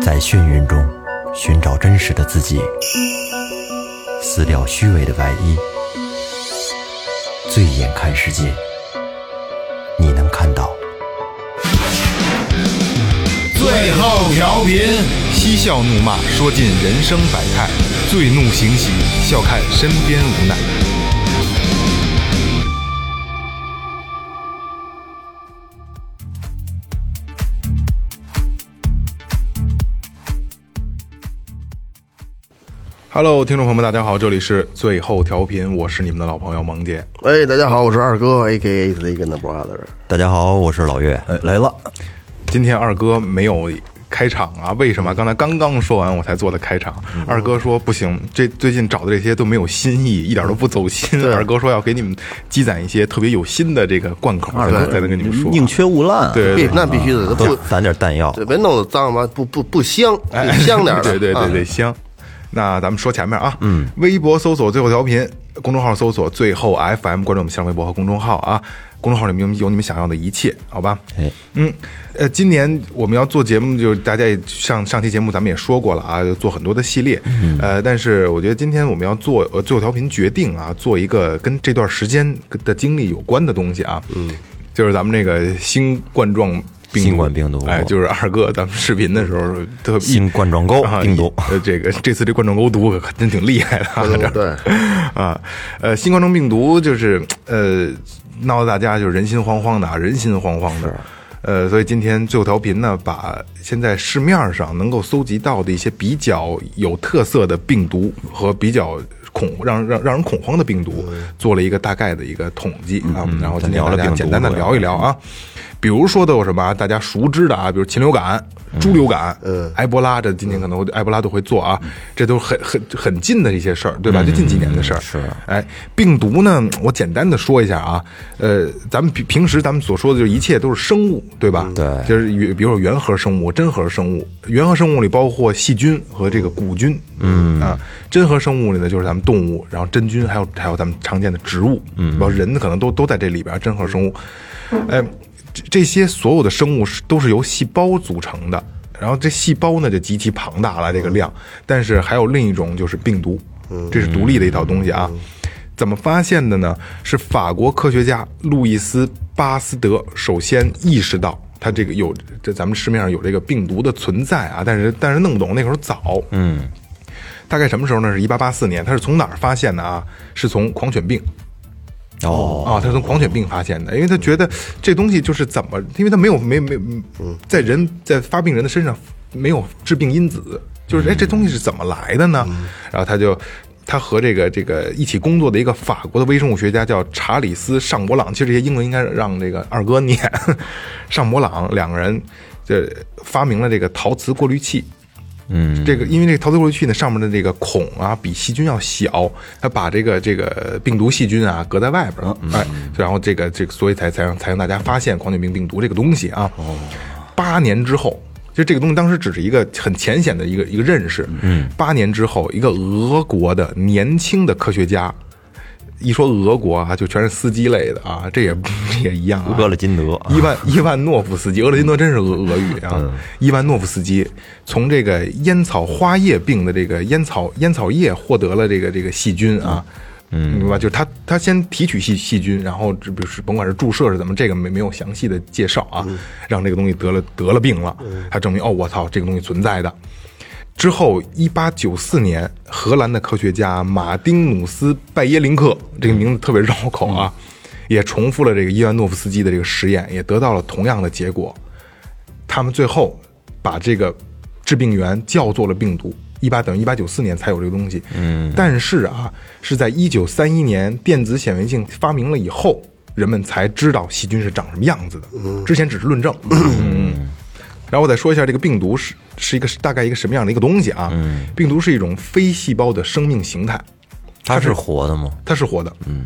在眩晕中寻找真实的自己，撕掉虚伪的外衣，醉眼看世界，你能看到。最后调频，嬉笑怒骂，说尽人生百态；醉怒行喜，笑看身边无奈。Hello，听众朋友们，大家好，这里是最后调频，我是你们的老朋友萌姐。哎，大家好，我是二哥，A K A Sleep and Brother。大家好，我是老岳，来了。今天二哥没有开场啊？为什么？刚才刚刚说完我才做的开场。嗯二哥说不行，这最近找的这些都没有新意，一点都不走心。二哥说要给你们积攒一些特别有新的这个贯口，再再跟你们说。宁缺毋滥啊，对对必对，哎哎那必须的，多不攒点弹药。对，别弄得脏吧，不不不香，得香点儿的。 对对对啊，对，香。那咱们说前面啊，嗯，微博搜索最后调频，公众号搜索最后 FM，关注我们新浪微博和公众号啊。公众号里面有你们想要的一切，好吧？哎，嗯，呃，今年我们要做节目，就是大家也上上期节目咱们也说过了啊，做很多的系列，呃，但是我觉得今天我们要做呃最后调频决定啊，做一个跟这段时间的经历有关的东西啊，嗯，就是咱们这个新冠状病毒新冠病毒哎，就是二哥咱们视频的时候特新冠状沟啊病毒呃，这个这次这冠状沟毒可真挺厉害的、啊， 这对，啊，呃，新冠状病毒就是呃闹得大家就是人心惶惶的啊，人心惶惶的。呃，所以今天最后调频呢，把现在市面上能够搜集到的一些比较有特色的病毒和比较恐让让让人恐慌的病毒，做了一个大概的一个统计啊。然后今嗯天聊了大家病毒简单的对聊一聊啊，比如说都有什么啊大家熟知的啊，比如禽流感、猪流感、嗯、埃博拉，这今天可能会埃博拉都会做啊，这都是很很很近的一些事儿，对吧？就近几年的事儿。嗯是，哎，病毒呢，我简单的说一下啊，呃，咱们平平时咱们所说的就是一切都是生物，对吧？嗯对，就是比比如说原核生物、真核生物，原核生物里包括细菌和这个古菌，嗯啊，真核生物里呢就是咱们动物，然后真菌，还有还有咱们常见的植物，嗯，包括人可能都都在这里边儿，真核生物，哎。这这些所有的生物是都是由细胞组成的，然后这细胞呢就极其庞大了这个量，但是还有另一种就是病毒，这是独立的一套东西啊。怎么发现的呢？是法国科学家路易斯·巴斯德首先意识到他这个有这咱们市面上有这个病毒的存在啊，但是但是弄不懂那个时候早，嗯，大概什么时候呢？是一八八四年，他是从哪儿发现的啊？是从狂犬病。哦，啊，他是从狂犬病发现的，因为他觉得这东西就是怎么，因为他没有没没在人在发病人的身上没有致病因子，就是哎这东西是怎么来的呢？然后他就他和这个这个一起工作的一个法国的微生物学家叫查理斯尚博朗，其实这些英文应该让这个二哥念， 尚博朗两个人这发明了这个陶瓷过滤器。嗯，这个因为这个陶瓷过滤器呢，上面的这个孔啊，比细菌要小，它把这个这个病毒细菌啊隔在外边儿，哎，然后这个这个，所以才才让才让大家发现狂犬病病毒这个东西啊。八年之后，就这个东西当时只是一个很浅显的一个一个认识。嗯，八年之后，一个俄国的年轻的科学家。一说俄国啊，就全是司机类的啊，这也 这也一样、啊。俄勒金德伊万伊万诺夫斯基，俄勒金德真是俄俄语啊。伊万诺夫斯基从这个烟草花叶病的这个烟草烟草叶获得了这个这个细菌啊，嗯，明白吧？就是他他先提取细细菌，然后这不是甭管是注射是怎么，这个没没有详细的介绍啊，让这个东西得了得了病了，他证明哦，我操，这个东西存在的。之后，一八九四年，荷兰的科学家马丁努斯·拜耶林克，这个名字特别绕口啊，也重复了这个伊万诺夫斯基的这个实验，也得到了同样的结果。他们最后把这个致病源叫做了病毒。一八等于一八九四年才有这个东西，嗯，但是啊，是在一九三一年电子显微镜发明了以后，人们才知道细菌是长什么样子的，之前只是论证，嗯。然后我再说一下这个病毒是是一个大概一个什么样的一个东西啊？嗯，病毒是一种非细胞的生命形态，它是活的吗？它是活的，嗯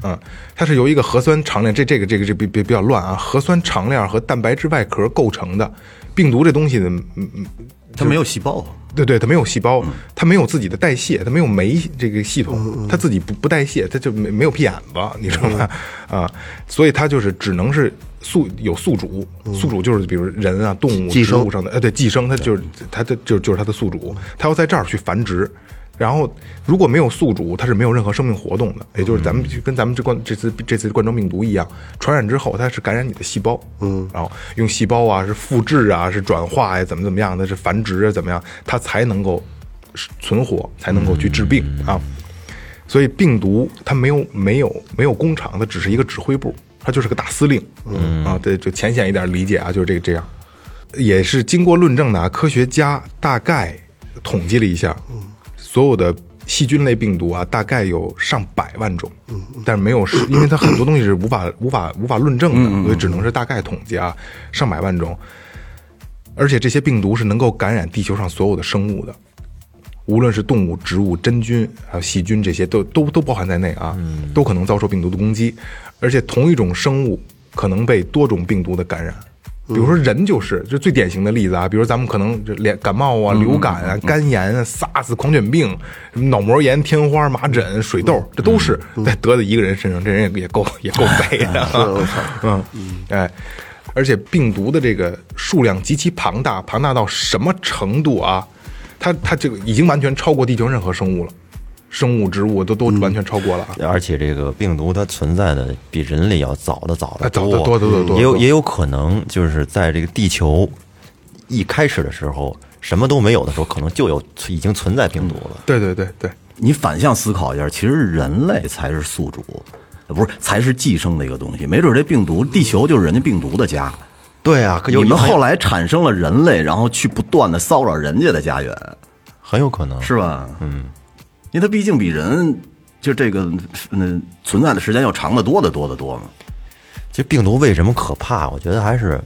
它是由一个啊核酸长链，这这个这个这比比比较乱啊，核酸长链和蛋白质外壳构成的，病毒这东西呢，嗯嗯，它没有细胞，对对，它没有细胞，它没有自己的代谢，它没有酶这个系统，它自己不不代谢，它就没没有屁眼子，你知道吗？啊，所以它就是只能是宿有宿主，宿主就是比如人啊、动物、寄植生物上的，呃，对，寄生，它就是它的就就是它的宿主，它要在这儿去繁殖。然后，如果没有宿主，它是没有任何生命活动的，也就是咱们就跟咱们这冠这次这次冠状病毒一样，传染之后它是感染你的细胞，嗯，然后用细胞啊是复制啊是转化呀、怎么怎么样的是繁殖啊怎么样，它才能够存活，才能够去治病啊。所以病毒它没有没有没有工厂，它只是一个指挥部，它就是个大司令。嗯啊，对，就浅显一点理解啊，就是这个这样，也是经过论证的啊。科学家大概统计了一下，所有的细菌类病毒啊，大概有上百万种，但是没有是，因为它很多东西是无法无法无法论证的，所以只能是大概统计啊，上百万种。而且这些病毒是能够感染地球上所有的生物的，无论是动物、植物、真菌还有细菌，这些都都都包含在内啊，都可能遭受病毒的攻击。而且同一种生物可能被多种病毒的感染，比如说人就是，就最典型的例子啊，比如咱们可能这连感冒啊、流感啊、肝炎啊、SARS、狂犬病、什么脑膜炎、天花、麻疹、水痘，这都是在得的一个人身上，这人也也够也够背的啊，嗯，哎。而且病毒的这个数量极其庞大，庞大到什么程度啊？它它这个已经完全超过地球任何生物了，生物、植物都都完全超过了啊。而且这个病毒它存在的比人类要早的早啊的早得多得多多也有多也有可能就是在这个地球一开始的时候什么都没有的时候，可能就有已经存在病毒了。对对对对，你反向思考一下，其实人类才是宿主，呃不是才是寄生的一个东西。没准这病毒，地球就是人家病毒的家。对啊，你们后来产生了人类，然后去不断的骚扰人家的家园，很有可能是吧？嗯，因为它毕竟比人就这个嗯存在的时间要长得多得多得多嘛，其实病毒为什么可怕？我觉得还是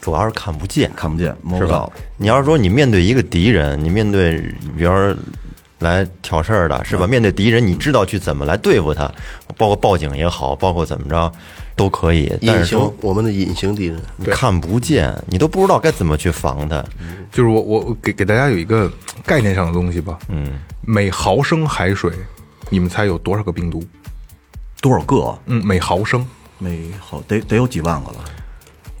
主要是看不见，看不见摸是不吧到。？你要是说你面对一个敌人，你面对比如说来挑事儿的是吧？嗯面对敌人，你知道去怎么来对付他，包括报警也好，包括怎么着都可以。但隐是形说，我们的隐形敌人， 你看不见，你都不知道该怎么去防他。就是我我我给给大家有一个概念上的东西吧。嗯，每毫升海水，你们猜有多少个病毒？多少个？嗯，每毫升。没好得得有几万个了。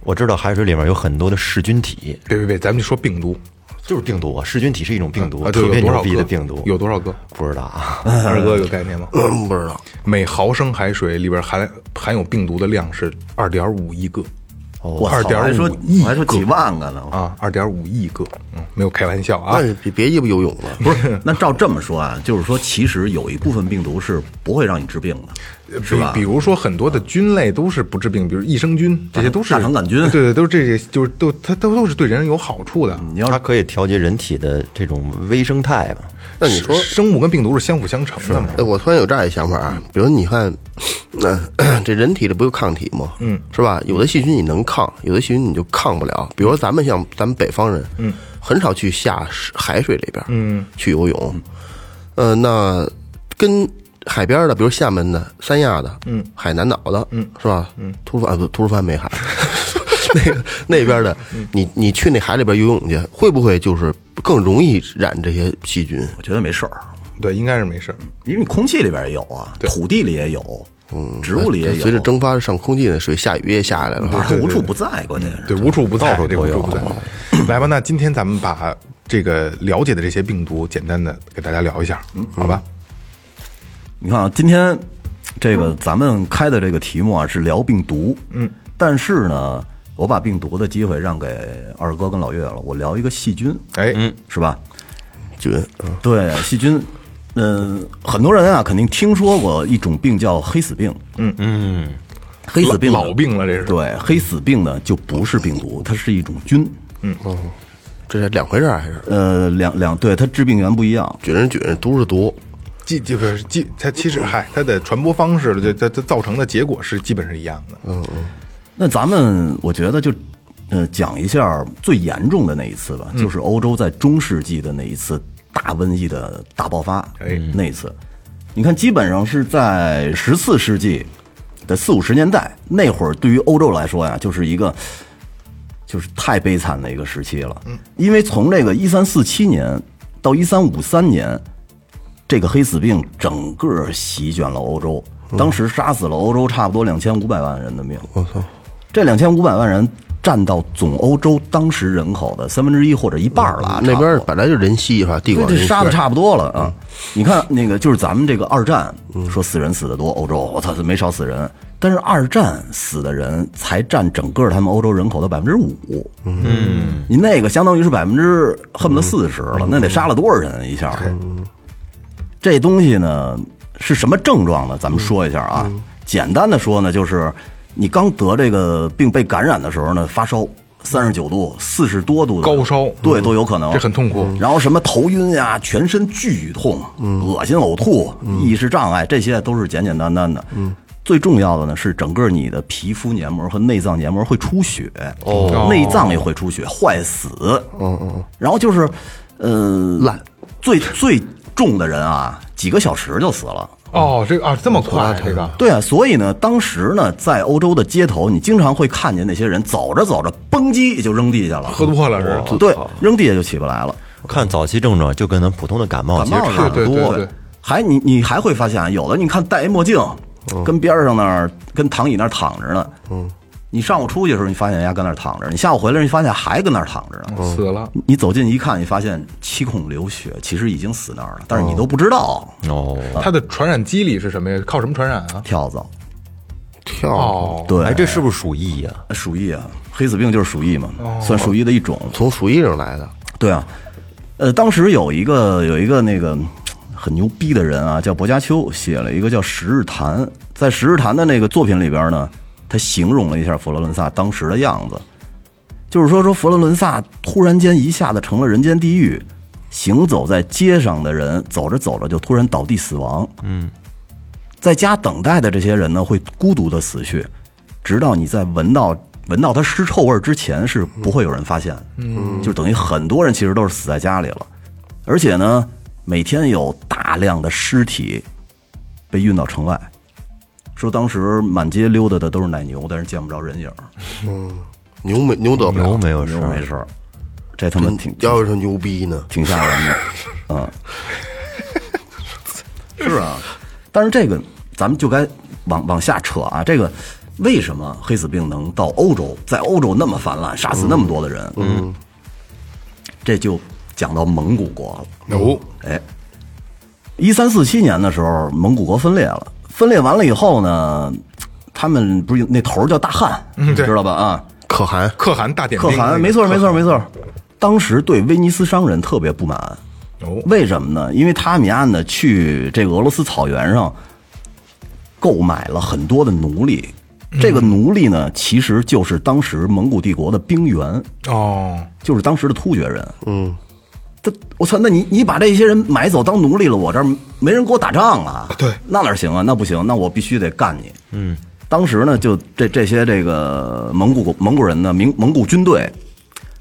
我知道海水里面有很多的噬菌体，别别别，咱们就说病毒就是病毒啊，噬菌体是一种病毒，啊，对，特别有牛多少逼的个病毒，有多少个？不知道啊？二哥有概念吗？不知道每毫升海水里边含含有病毒的量是二点五亿个。我哦二操点哦我还五说亿我还说个几万个呢。啊，二点五亿个，嗯，没有开玩笑啊那，就别别鸡巴游泳了，不是，那照这么说啊，就是说，其实有一部分病毒是不会让你治病的，是吧？比比如说很多的菌类都是不治病，比如益生菌，这些都是啊大肠杆菌对对，都是这些，就是都它都都是对人有好处的。你要它可以调节人体的这种微生态吧？那你说生物跟病毒是相辅相成的嘛？哎，我突然有这样一想法啊，比如你看，那、 这人体里不有抗体吗？嗯，是吧？有的细菌你能抗，有的细菌你就抗不了。比如说咱们像咱们北方人，嗯，很少去下水海水里边，嗯，去游泳，呃，那跟海边的，比如厦门的、三亚的，嗯，海南岛的，嗯，是吧？嗯，吐鲁番啊不，吐鲁番没海， 那个那边的，你你去那海里边游泳去，会不会就是更容易染这些细菌？我觉得没事儿，对，应该是没事儿。因为你空气里边也有啊，土地里也有，嗯，植物里也有，啊随着啊蒸发上空气的水，下雨也下来了。不是无处不在，关键是对，无处不在，这个无处不在。 来吧，那今天咱们把这个了解的这些病毒，简单的给大家聊一下，嗯好吧？你看啊，今天这个咱们开的这个题目啊是聊病毒，嗯，但是呢，我把病毒的机会让给二哥跟老岳了，我聊一个细菌，哎，是吧？ 菌，嗯对，细菌，嗯、很多人啊肯定听说过一种病叫黑死病，嗯嗯，黑死病呢老老病了这是对，黑死病呢就不是病毒，它是一种菌，这是两回事儿，还是呃，两两对它致病源不一样，菌人菌人毒是毒，基基本是基，它其实嗨，它的传播方式，这它它造成的结果是基本是一样的。嗯那咱们我觉得就，呃，讲一下最严重的那一次吧，就是欧洲在中世纪的那一次大瘟疫的大爆发，哎那一次，你看，基本上是在十四世纪的四五十年代那会儿，对于欧洲来说呀，就是一个就是太悲惨的一个时期了。嗯，因为从这个一三四七年到一三五三年，这个黑死病整个席卷了欧洲，当时杀死了欧洲差不多两千五百万人的命。嗯我操，这两千五百万人占到总欧洲当时人口的三分之一或者一半儿了啊。那差不多边本来就人稀哈，地对，广这人杀的稀。差不多了啊！你看那个，就是咱们这个二战，说死人死的多，欧洲我操没少死人，但是二战死的人才占整个他们欧洲人口的百分之五。嗯，你那个相当于是百分之恨不得四十嗯了，那得杀了多少人一下？这东西呢是什么症状呢？嗯咱们说一下啊，简单的说呢，就是你刚得这个病被感染的时候呢，发烧。三十九度、四十多度的高烧嗯对，都有可能，嗯这很痛苦然后什么头晕呀、全身剧痛、恶心、呕吐、意识障碍，这些都是简简单单的。嗯，最重要的呢是整个你的皮肤黏膜和内脏黏膜会出血，哦内脏也会出血，坏死。嗯嗯。然后就是，呃，烂，最最重的人啊，几个小时就死了。哦，这个啊这么快，这个对啊，所以呢，当时呢，在欧洲的街头，你经常会看见那些人走着走着，嘣叽就扔地下了，喝多了是吧？对，扔地下就起不来了。我看早期症状就跟咱普通的感冒感其实冒差不对对多对，还你你还会发现啊，有的你看戴一墨镜，跟边儿上那儿跟躺椅那儿躺着呢。嗯，你上午出去的时候，你发现人家跟那儿躺着；你下午回来，你发现还跟那儿躺着呢。死了，你走近一看，你发现七孔流血，其实已经死那儿了，但是你都不知道。哦，它的传染机理是什么呀？靠什么传染啊？跳蚤，跳，哦，对，哎，这是不是鼠疫呀？鼠疫啊，黑死病就是鼠疫嘛，算鼠疫的一种。从鼠疫上来的，对啊，呃，当时有一个有一个那个嗯很牛逼的人啊，叫薄伽丘，写了一个叫《十日谈》。在《十日谈》的那个作品里边呢，他形容了一下佛罗伦萨当时的样子，就是说说佛罗伦萨突然间一下子成了人间地狱，行走在街上的人走着走着就突然倒地死亡，嗯，在家等待的这些人呢会孤独的死去，直到你在闻到闻到他尸臭味儿之前是不会有人发现的，嗯，就等于很多人其实都是死在家里了，而且呢每天有大量的尸体被运到城外。说当时满街溜达的都是奶牛，但是见不着人影儿，牛没牛得不牛了，哦没有事牛儿，没事儿，这他妈挺要是说牛逼呢，挺吓人的， 嗯，是啊，但是这个咱们就该往往下扯啊，这个为什么黑死病能到欧洲，在欧洲那么泛滥，杀死那么多的人？嗯，这就讲到蒙古国了。有哎，一三四七年的时候，蒙古国分裂了。分裂完了以后呢，他们不是有那头儿叫大汗，你嗯对知道吧？啊，可汗可汗大点可兵，那个汗，没错，没错，没错。当时对威尼斯商人特别不满，哦为什么呢？因为他们家呢去这个俄罗斯草原上购买了很多的奴隶，这个奴隶呢其实就是当时蒙古帝国的兵员，哦，就是当时的突厥人。嗯，他我操，那你你把这些人买走当奴隶了，我这儿没人给我打仗啊？对那哪行啊？那不行，那我必须得干你。嗯，当时呢，就这这些这个蒙古蒙古人呢，蒙蒙古军队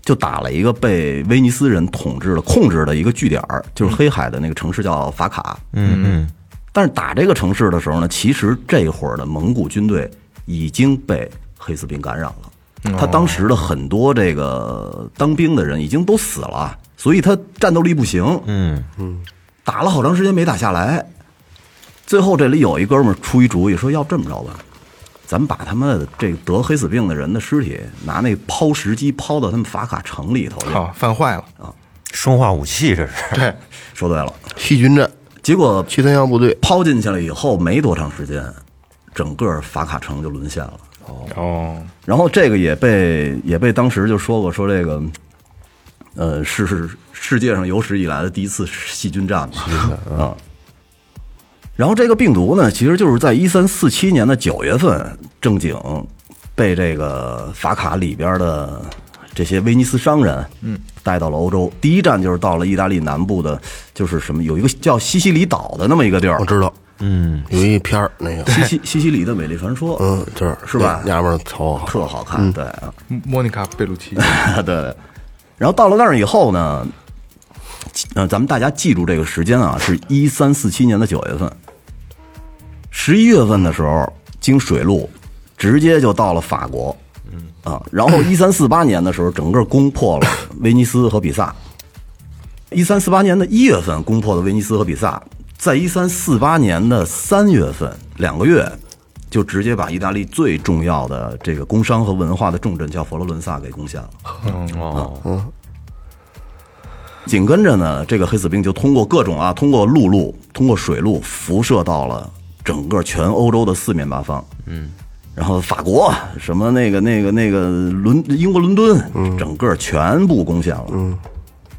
就打了一个被威尼斯人统治了、控制的一个据点儿，就是黑海的那个城市叫法卡。嗯嗯。但是打这个城市的时候呢，其实这会儿的蒙古军队已经被黑死病感染了。他当时的很多这个当兵的人已经都死了，所以他战斗力不行。嗯嗯，打了好长时间没打下来，最后这里有一哥们儿出一主意，说要这么着吧，咱们把他们这个得黑死病的人的尸体拿那抛石机抛到他们法卡城里头去。好犯坏了，生化武器这是。对，说对了，细菌战结果七三幺部队，抛进去了以后没多长时间，整个法卡城就沦陷了。哦，然后这个也被也被当时就说过，说这个，呃，是是世界上有史以来的第一次细菌战嘛，啊。然后这个病毒呢，其实就是在一三四七年的九月份，正经被这个法卡里边的这些威尼斯商人，嗯，带到了欧洲。第一站就是到了意大利南部的，就是什么有一个叫西西里岛的那么一个地儿我，知道，嗯，有一片儿那个，西西西西里的美丽传说，嗯，这儿是吧那娘们儿头好，特好看，对啊。莫妮卡贝鲁奇，啊， 对。然后到了那儿以后呢，呃，咱们大家记住这个时间啊，是一三四七年的九月份，十一月份的时候，经水路直接就到了法国，啊，然后一三四八年的时候，整个攻破了威尼斯和比萨。一三四八年的一月份攻破了威尼斯和比萨，在一三四八年的三月份，两个月就直接把意大利最重要的这个工商和文化的重镇叫佛罗伦萨给攻陷了。哦，紧跟着呢，这个黑死病就通过各种啊，通过陆路、通过水路辐射到了整个全欧洲的四面八方。嗯，然后法国什么那个那个那个伦英国伦敦，整个全部攻陷了。嗯，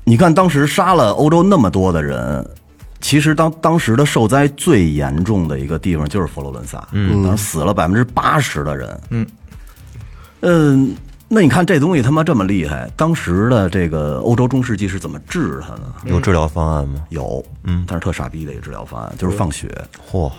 你看当时杀了欧洲那么多的人。其实当当时的受灾最严重的一个地方就是佛罗伦萨，嗯，当时死了百分之八十的人，嗯，嗯，那你看这东西他妈这么厉害，当时的这个欧洲中世纪是怎么治它呢？有治疗方案吗？有，嗯，但是特傻逼的一个治疗方案就是放血，嚯，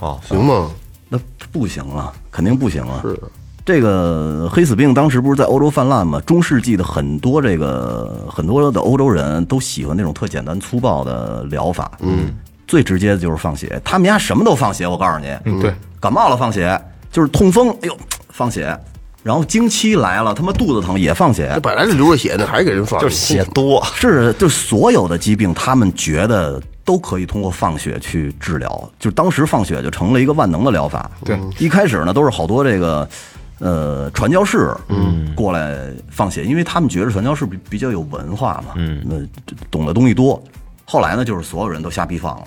哦，行吗？那不行啊，肯定不行啊。是，这个黑死病当时不是在欧洲泛滥吗？中世纪的很多这个很多的欧洲人都喜欢那种特简单粗暴的疗法，嗯，最直接的就是放血，他们家什么都放血，我告诉你，嗯，对，感冒了放血，就是痛风，哎呦放血，然后经期来了他妈肚子疼也放血这，本来就流着血呢，还给人哦放，就是血多，是，就所有的疾病，他们觉得都可以通过放血去治疗。就当时放血就成了一个万能的疗法。对一开始呢都是好多这个，呃，传教士，嗯，过来放血，因为他们觉得传教士比比较有文化嘛，嗯，那懂的东西多。后来呢，就是所有人都瞎逼放了。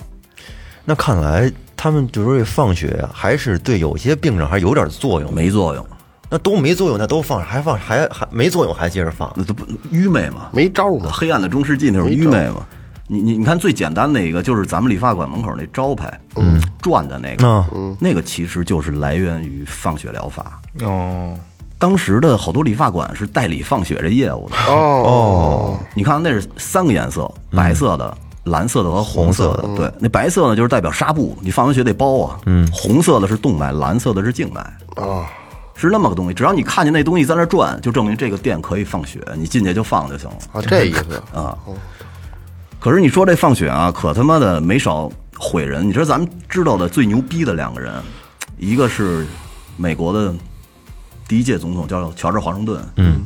那看来他们就是这放血啊还是对有些病症还是有点作用的。没作用，那都没作用，那都放，还放，还还没作用，还接着放。那都不愚昧嘛，没招儿嘛。黑暗的中世纪那种愚昧嘛。你你你看最简单的一个就是咱们理发馆门口那招牌，嗯，转的那个，嗯，那个其实就是来源于放血疗法。哦，当时的好多理发馆是代理放血这业务的。哦，你看那是三个颜色，白色的、蓝色的和红色的。对，那白色呢就是代表纱布，你放完血得包啊。嗯，红色的是动脉，蓝色的是静脉。哦，是那么个东西，只要你看见那东西在那转，就证明这个店可以放血，你进去就放就行了。啊，这意思啊。可是你说这放血啊，可他妈的没少毁人。你知道咱们知道的最牛逼的两个人，一个是美国的第一届总统叫乔治华盛顿，嗯，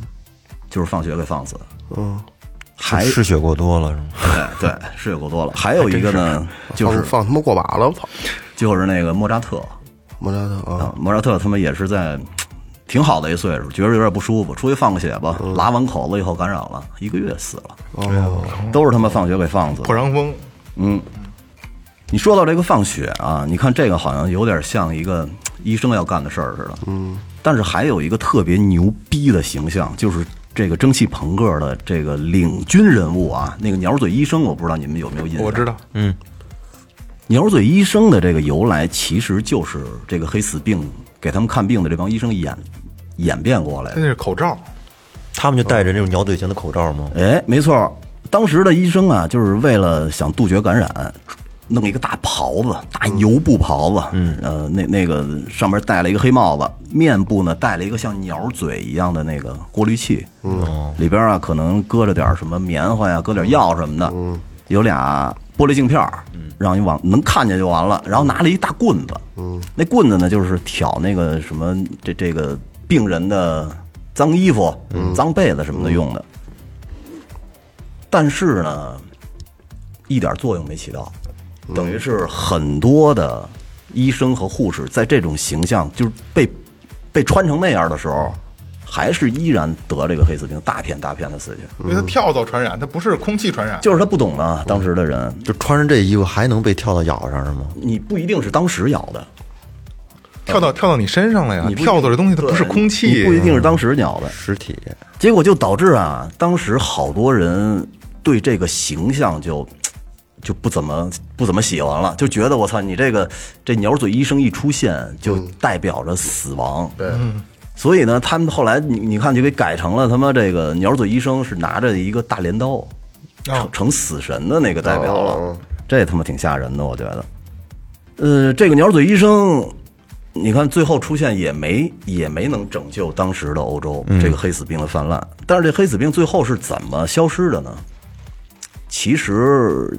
就是放血给放死的。嗯，还失血过多了是吗？对对，是有够多了。还有一个呢，就放是放他妈过把了，我操！就是那个莫扎特莫扎特啊，啊，莫扎特他妈也是在。挺好的一岁数，觉得有点不舒服，出去放个血吧，拉完口子以后感染了，一个月死了，都是他妈放血给放死的破。伤风，你说到这个放血啊，你看这个好像有点像一个嗯医生要干的事儿似的。嗯，但是还有一个特别牛逼的形象，就是这个蒸汽朋克的这个领军人物啊，那个鸟嘴医生，我不知道你们有没有印象？我知道，鸟嘴医生的这个由来，其实就是这个黑死病给他们看病的这帮医生演演变过来的他。那是口罩，他们就戴着那种鸟嘴型的口罩吗？哎，没错儿，当时的医生啊，就是为了想杜绝感染，弄一个大袍子，大油布袍子，嗯，呃，那那个上面戴了一个黑帽子，面部呢戴了一个像鸟嘴一样的那个过滤器，嗯，里边啊可能搁着点什么棉花呀，搁点药什么的，嗯，有俩玻璃镜片儿，让你往能看见就完了，然后拿了一大棍子，嗯，那棍子呢就是挑那个什么这这个病人的脏衣服、脏被子什么的用的。但是呢，一点作用没起到，等于是很多的医生和护士在这种形象就是被被穿成那样的时候，还是依然得这个黑死病，大片大片的死去。因为它跳蚤传染，它不是空气传染，就是他不懂啊，当时的人，就穿上这衣服还能被跳蚤咬上是吗？你不一定是当时咬的，跳到跳到你身上了呀你。不啊跳蚤这东西它对不是空你不气，一定是当时咬的。实体结果就导致啊，当时好多人对这个形象就就不怎么不怎么喜欢了，就觉得我操，你这个这鸟嘴医生一出现，就代表着死亡。对、所以呢，他们后来你你看就给改成了他妈这个鸟嘴医生是拿着一个大镰刀，成成死神的那个代表了，这他妈挺吓人的，我觉得。呃，这个鸟嘴医生，你看最后出现也没也没能拯救当时的欧洲这个黑死病的泛滥。但是这黑死病最后是怎么消失的呢？其实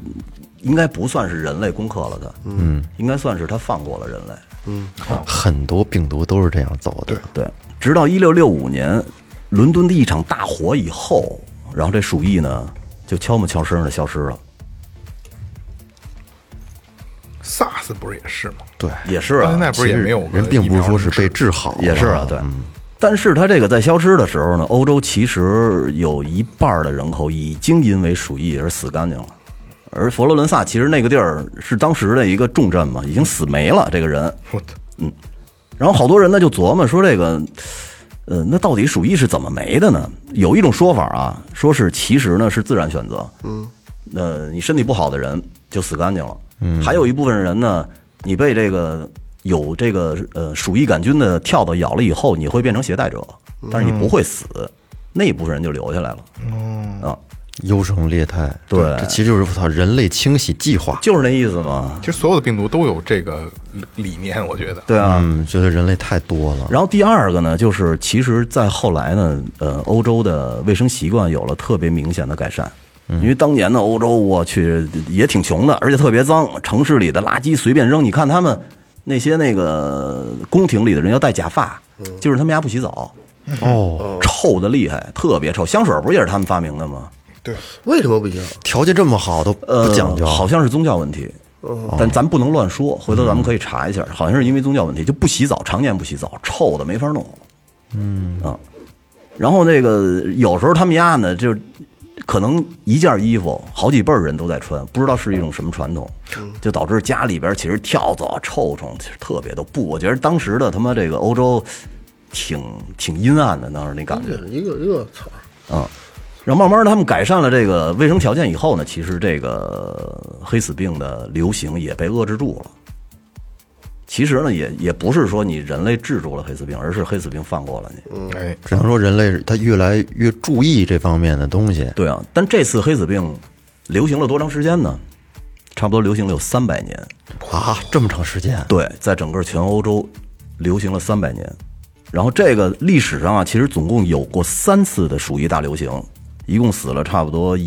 应该不算是人类攻克了它，嗯，应该算是它放过了人类，很多病毒都是这样走的。对，直到一六六五年伦敦的一场大火以后，然后这鼠疫呢就悄没悄声的消失了。 SARS 不是也是吗？对，也是到啊现，在不是也没有个人并疫不是苗说是被治好了，也是啊，对。但是它这个在消失的时候呢，欧洲其实有一半儿的人口已经因为鼠疫而死干净了。而佛罗伦萨其实那个地儿是当时的一个重镇嘛，已经死没了这个人。我操然后好多人呢就琢磨说这个，呃，那到底鼠疫是怎么没的呢？有一种说法啊，说是其实呢是自然选择，嗯，呃，你身体不好的人就死干净了，嗯，还有一部分人呢，你被这个有这个呃鼠疫杆菌的跳蚤咬了以后，你会变成携带者，但是你不会死，那一部分人就留下来了，嗯啊，优胜劣汰。对这其实就是我操人类清洗计划。就是那意思嘛，其实所有的病毒都有这个理念，我觉得。对啊，嗯，觉得人类太多了。然后第二个呢，就是其实，在后来呢，呃，欧洲的卫生习惯有了特别明显的改善。因为当年的欧洲，我去也挺穷的，而且特别脏，城市里的垃圾随便扔。你看他们那些那个宫廷里的人要戴假发，就是他们家不洗澡，哦，臭的厉害，特别臭。香水不也是他们发明的吗？为什么不行？条件这么好都不呃，讲究，哦好像是宗教问题，但咱不能乱说，回头咱们可以查一下，好像是因为宗教问题就不洗澡，常年不洗澡，臭的没法弄。嗯啊，然后那个有时候他们家呢，就可能一件衣服好几辈儿人都在穿，不知道是一种什么传统，嗯就导致家里边其实跳蚤啊、臭虫其实特别多。不，我觉得当时的他妈这个欧洲挺挺阴暗的，当时那感嗯觉。一个一个操，啊。然后慢慢的，他们改善了这个卫生条件以后呢，其实这个黑死病的流行也被遏制住了。其实呢，也也不是说你人类制住了黑死病，而是黑死病放过了你。哎，只能说人类他越来越注意这方面的东西。对啊，但这次黑死病流行了多长时间呢？差不多流行了有三百年。啊，这么长时间，对，在整个全欧洲流行了三百年。然后这个历史上啊，其实总共有过三次的鼠疫大流行，一共死了差不多一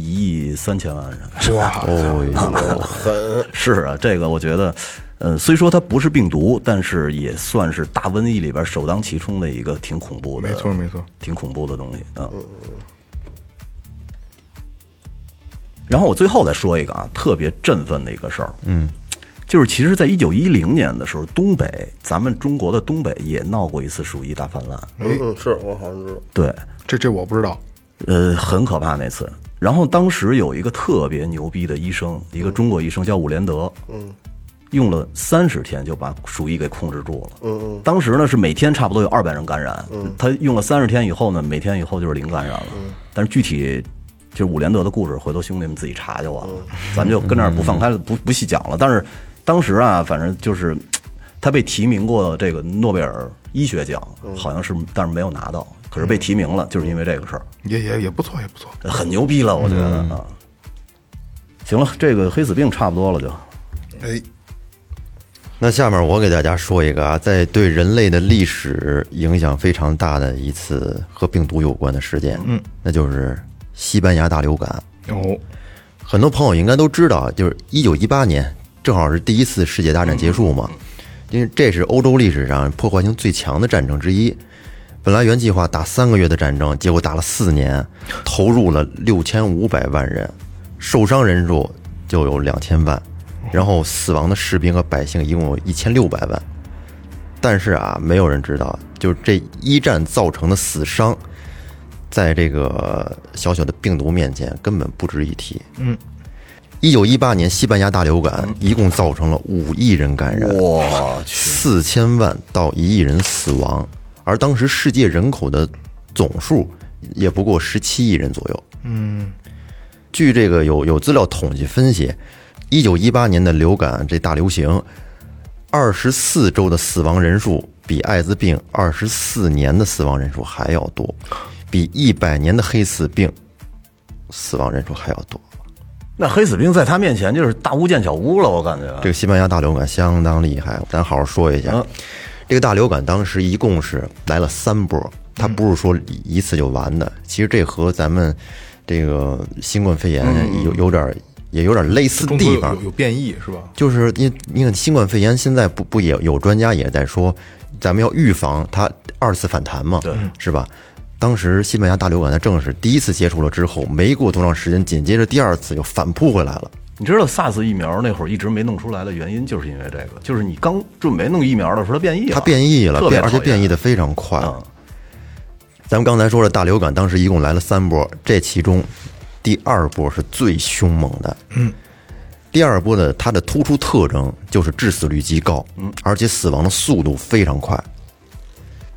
亿三千万人。哇，哦是啊，这个我觉得，呃，虽说它不是病毒，但是也算是大瘟疫里边首当其冲的一个挺恐怖的，没错没错，嗯挺恐怖的东西啊。然后我最后再说一个啊，特别振奋的一个事儿，嗯，就是其实，在一九一零年的时候，东北，咱们中国的东北也闹过一次鼠疫大泛滥，嗯嗯，是我好像知道，对，这这我不知道。呃，很可怕那次。然后当时有一个特别牛逼的医生，一个中国医生叫伍连德，嗯，用了三十天就把鼠疫给控制住了。嗯嗯，当时呢是每天差不多有二百人感染，嗯，他用了三十天以后呢，每天以后就是零感染了。但是具体就是伍连德的故事，回头兄弟们自己查就完了，咱们就跟这儿不放开了，不不细讲了。但是当时啊，反正就是他被提名过这个诺贝尔医学奖，好像是，但是没有拿到，可是被提名了，就是因为这个事儿。也也也不错，也不错。很牛逼了，我觉得嗯啊。行了，这个黑死病差不多了就，哎，那下面我给大家说一个啊，在对人类的历史影响非常大的一次和病毒有关的事件，嗯，那就是西班牙大流感。哦，很多朋友应该都知道，啊就是一九一八年，正好是第一次世界大战结束嘛，因为这是欧洲历史上破坏性最强的战争之一。本来原计划打三个月的战争，结果打了四年，投入了六千五百万人，受伤人数就有两千万，然后死亡的士兵和百姓一共有一千六百万。但是啊，没有人知道，就是这一战造成的死伤，在这个小小的病毒面前根本不值一提。嗯，一九一八年西班牙大流感一共造成了五亿人感染，嗯我去，四千万到一亿人死亡，而当时世界人口的总数也不过十七亿人左右。嗯，据这个有有资料统计分析，一九一八年的流感这大流行，二十四周的死亡人数比艾滋病二十四年的死亡人数还要多，比一百年的黑死病死亡人数还要多。那黑死病在他面前就是大巫见小巫了，我感觉。啊这个西班牙大流感相当厉害，咱好好说一下。嗯这个大流感当时一共是来了三波，它不是说一次就完的。其实这和咱们这个新冠肺炎有有点也有点类似嗯中途地有嗯方有，有变异是吧？就是因为你看新冠肺炎现在不不也有专家也在说，咱们要预防它二次反弹嘛，对，是吧？当时西班牙大流感它正是第一次接触了之后，没过多长时间，紧接着第二次又反扑回来了。你知道 SARS 疫苗那会儿一直没弄出来的原因，就是因为这个，就是你刚准备弄疫苗的时候，它变异了，它变异特了，别变而且讨厌变异的非常快。嗯咱们刚才说了，大流感当时一共来了三波，这其中第二波是最凶猛的。嗯，第二波的它的突出特征就是致死率极高，嗯，而且死亡的速度非常快。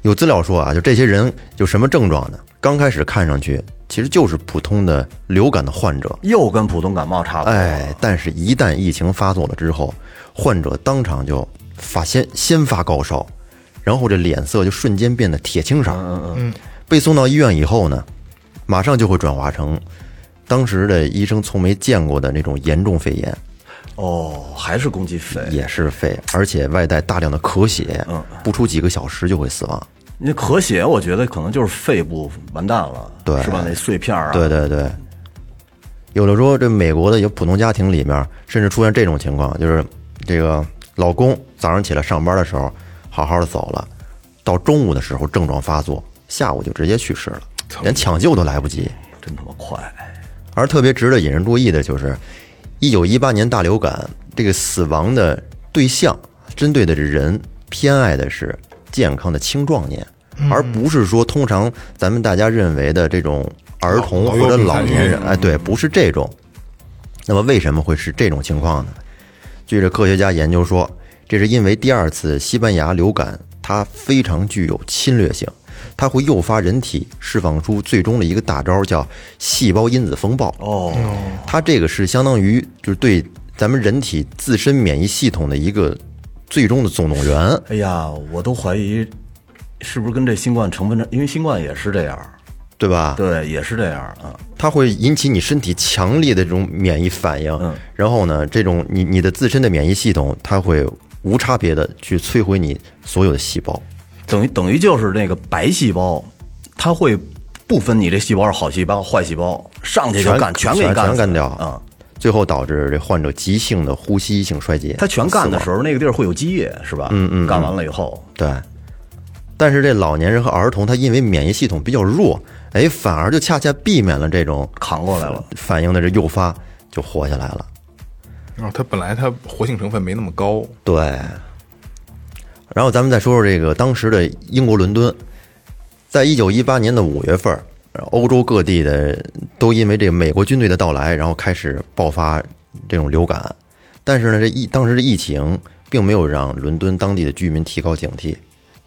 有资料说啊，就这些人有什么症状呢？刚开始看上去其实就是普通的流感的患者，又跟普通感冒差不多。哎，但是，一旦疫情发作了之后，患者当场就发先先发高烧，然后这脸色就瞬间变得铁青色。嗯嗯。被送到医院以后呢，马上就会转化成当时的医生从没见过的那种严重肺炎，哦，还是攻击肺。也是肺，而且外带大量的咳血，不出几个小时就会死亡。那咳血，我觉得可能就是肺部完蛋了，对是吧？那碎片儿啊，对对对，有的说这美国的有普通家庭里面，甚至出现这种情况，就是这个老公早上起来上班的时候好好的走了，到中午的时候症状发作，下午就直接去世了，连抢救都来不及。真他妈快！而特别值得引人注意的就是，一九一八年大流感这个死亡的对象针对的人偏爱的是健康的青壮年，而不是说通常咱们大家认为的这种儿童老或者幼病老残年孕人。哎，对，不是这种。那么为什么会是这种情况呢？据这科学家研究说，这是因为第二次西班牙流感它非常具有侵略性，它会诱发人体释放出最终的一个大招，叫细胞因子风暴。哦，它这个是相当于就是对咱们人体自身免疫系统的一个最终的总动员。哎呀，我都怀疑是不是跟这新冠成分，因为新冠也是这样，对吧？对，也是这样啊。它会引起你身体强烈的这种免疫反应，嗯然后呢，这种你你的自身的免疫系统，它会无差别的去摧毁你所有的细胞。等于等于就是那个白细胞，它会不分你这细胞是好细胞坏细胞，上去就干，全给你干全死干掉啊！最后导致这患者急性的呼吸性衰竭。它全干的时候，那个地儿会有积液，是吧？嗯嗯。干完了以后，对，但是这老年人和儿童，他因为免疫系统比较弱，哎，反而就恰恰避免了这种扛过来了反应的这诱发，就活下来了。然后啊它本来它活性成分没那么高，对。然后咱们再说说这个当时的英国伦敦，在一九一八年的五月份儿，欧洲各地的都因为这个美国军队的到来，然后开始爆发这种流感。但是呢，这疫当时的疫情并没有让伦敦当地的居民提高警惕，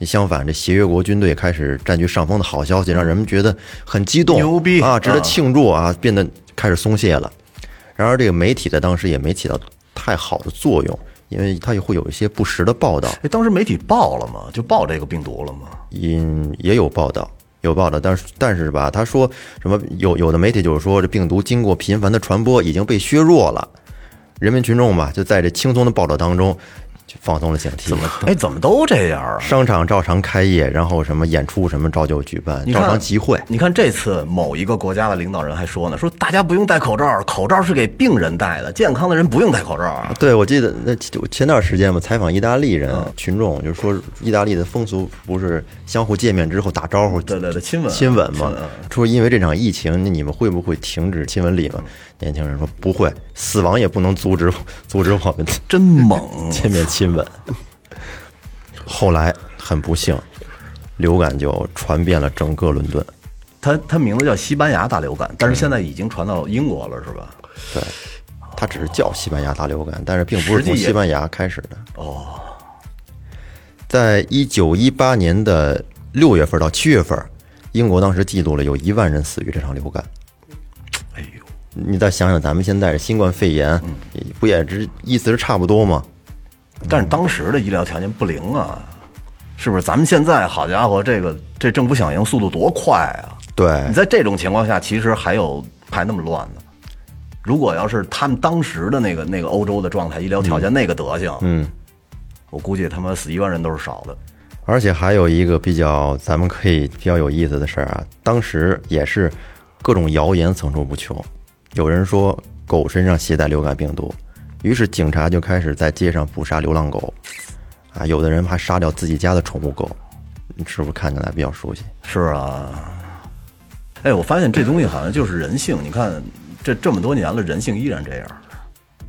相反，这协约国军队开始占据上风的好消息，让人们觉得很激动，牛逼啊，值得啊庆祝啊，变得开始松懈了。然而，这个媒体在当时也没起到太好的作用，因为它也会有一些不实的报道，哎，当时媒体报了吗？就报这个病毒了 吗？嗯，也有报道，有报道，但是但是吧，他说什么有有的媒体就是说，这病毒经过频繁的传播，已经被削弱了，人民群众吧，就在这轻松的报道当中就放松了警惕。哎，怎么都这样啊？商场照常开业，然后什么演出什么照旧举办，你照看常集会。你看这次某一个国家的领导人还说呢，说大家不用戴口罩，口罩是给病人戴的，健康的人不用戴口罩啊。对，我记得那我前段时间嘛，采访意大利人、嗯群众，就是说意大利的风俗不是相互见面之后打招呼，对对对亲吻啊亲吻嘛亲吻啊。说因为这场疫情，那你们会不会停止亲吻礼嘛？年轻人说不会，死亡也不能阻止 阻止我们真猛！啊见面亲 吻。后来很不幸，流感就传遍了整个伦敦。它它名字叫西班牙大流感，但是现在已经传到英国了，是吧？它只是叫西班牙大流感，但是并不是实际从也西班牙开始的。哦，在一九一八年的六月份到七月份，英国当时记录了有一万人死于这场流感。哎呦，你再想想咱们现在这新冠肺炎，不也只意思是差不多吗？但是当时的医疗条件不灵啊，是不是？咱们现在好家伙，这个这政府响应速度多快啊！对你在这种情况下，其实还有还那么乱呢。如果要是他们当时的那个那个欧洲的状态、医疗条件、那个德行，嗯，我估计他妈死一万人都是少的。而且还有一个比较咱们可以比较有意思的事儿啊，当时也是各种谣言层出不穷，有人说狗身上携带流感病毒，于是警察就开始在街上捕杀流浪狗，啊，有的人还杀掉自己家的宠物狗，你是不是看起来比较熟悉？是啊，哎，我发现这东西好像就是人性。你看，这这么多年了，人性依然这样。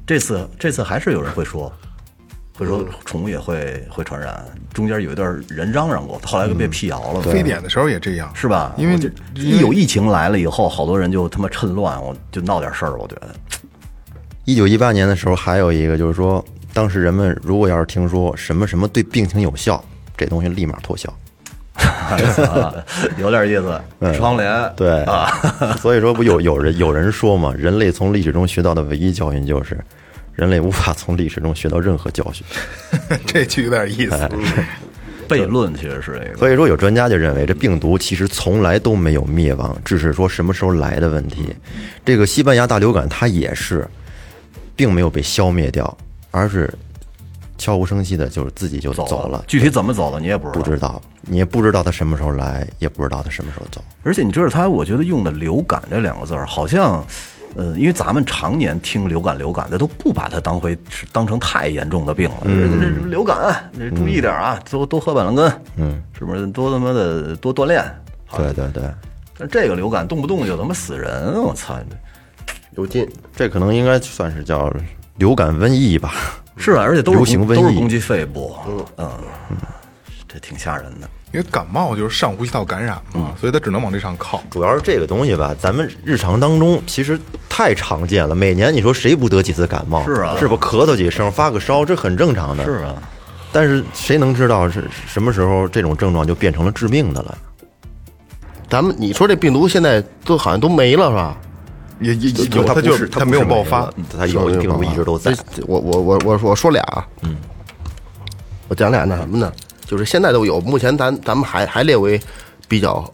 这次这次还是有人会说，会说宠物也会会传染。中间有一段人嚷嚷过，后来就被辟谣了。非典的时候也这样，是吧？因为我这一有疫情来了以后，好多人就他妈趁乱，我就闹点事儿。我觉得一九一八年的时候，还有一个就是说，当时人们如果要是听说什么什么对病情有效，这东西立马脱销。有点意思，窗帘对啊， 所以说不有有人有人说嘛，人类从历史中学到的唯一教训就是，人类无法从历史中学到任何教训。 这句有点意思。悖论其实是这个。所以说，有专家就认为，这病毒其实从来都没有灭亡，只是说什么时候来的问题。这个西班牙大流感它也是，并没有被消灭掉，而是悄无声息的，就是自己就走了，具体怎么走的你也不不知道，你也不知道它什么时候来，也不知道它什么时候走。而且你知道他，我觉得用的“流感”这两个字儿，好像，呃，因为咱们常年听“流感”“流感”的，都不把它当回是当成太严重的病了。这这流感，这注意点啊，多多喝板蓝根，嗯，是不是？多他妈的多锻炼。对对对，但这个流感动不动就他妈死人，我操！有劲，这可能应该算是叫流感瘟疫吧。是啊，而且都是流行瘟疫都是攻击肺部，嗯，这挺吓人的。因为感冒就是上呼吸道感染嘛，所以它只能往这上靠。主要是这个东西吧，咱们日常当中其实太常见了。每年你说谁不得几次感冒？是啊是不咳嗽几声、发个烧，这很正常的。是啊，但是谁能知道是什么时候这种症状就变成了致命的了？咱们你说这病毒现在都好像都没了是吧？也也也有，它它不就是它它不没有是爆没发了，嗯它啊有病毒一直都在。这我我我我我说俩，嗯，我讲俩那什么呢？就是现在都有，目前咱咱们还还列为比较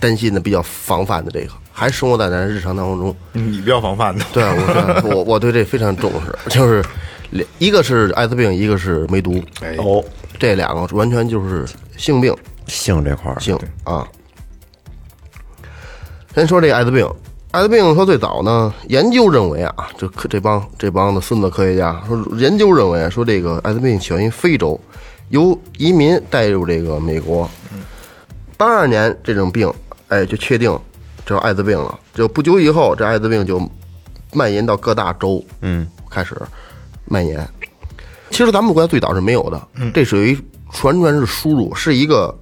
担心的、比较防范的这个，还生活在咱日常当中。你不要防范的。对，啊我 是我我对这非常重视，就是两一个是艾滋病，一个是梅毒，哎，哦，这两个完全就是性病性这块儿，性啊。先说这艾滋病，艾滋病说最早呢，研究认为啊，这科这帮这帮的孙子科学家说，研究认为啊说这个艾滋病起源于非洲，由移民带入这个美国。八二年这种病，哎，就确定这是艾滋病了。就不久以后，这艾滋病就蔓延到各大洲，嗯，开始蔓延。其实咱们国家最早是没有的，这属于完全是输入，是一个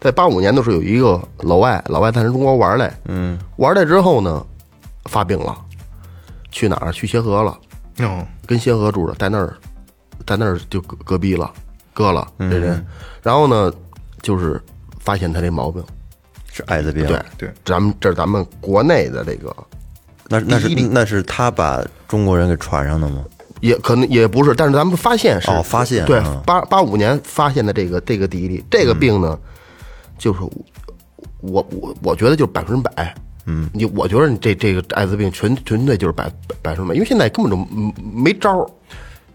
在八五年的时候有一个老外，老外在中国玩来，嗯，玩来之后呢，发病了，去哪儿？去协和了，嗯，跟协和住着，在那儿，在那儿就隔隔壁了，割了这人，然后呢，就是发现他这毛病，是艾滋病。对对，咱们这是咱们国内的这个那那是第一例那是他把中国人给传上的吗？也可能也不是，但是咱们发现是哦发现对嗯八八五年发现的这个这个第一例，这个病呢，就是我我我我觉得就是百分之百，嗯，你我觉得你这这个艾滋病纯纯粹就是百百百分之百，因为现在根本就没没招儿，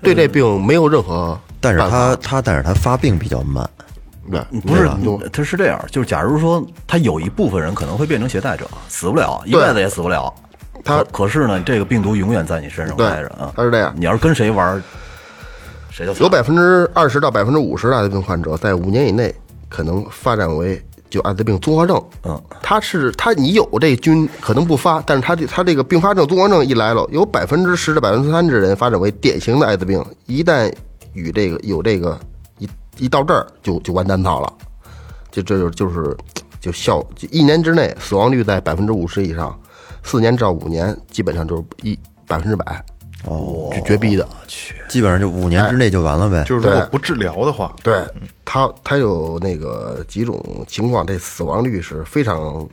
对这病没有任何呃但办是法，他他但是他发病比较慢，对不是没有，他是这样，就是假如说他有一部分人可能会变成携带者，死不了，一辈子也死不了。他可可是呢，这个病毒永远在你身上对待着啊。他是这样你要是跟谁玩儿，谁就惨有百分之二十到百分之五十的艾滋病患者在五年以内可能发展为就艾滋病综合症。嗯，他是他你有这菌可能不发，但是他这他这个并发症综合症一来了，有百分之十到百分之三的人发展为典型的艾滋病，一旦与这个有这个一一到这儿就就完蛋套了，就这就就是就效就一年之内死亡率在百分之五十以上，四年到五年基本上就是一百分之百。哦，绝逼的，基本上就五年之内就完了呗。就是如果对不治疗的话，对，它它有那个几种情况，这死亡率是非常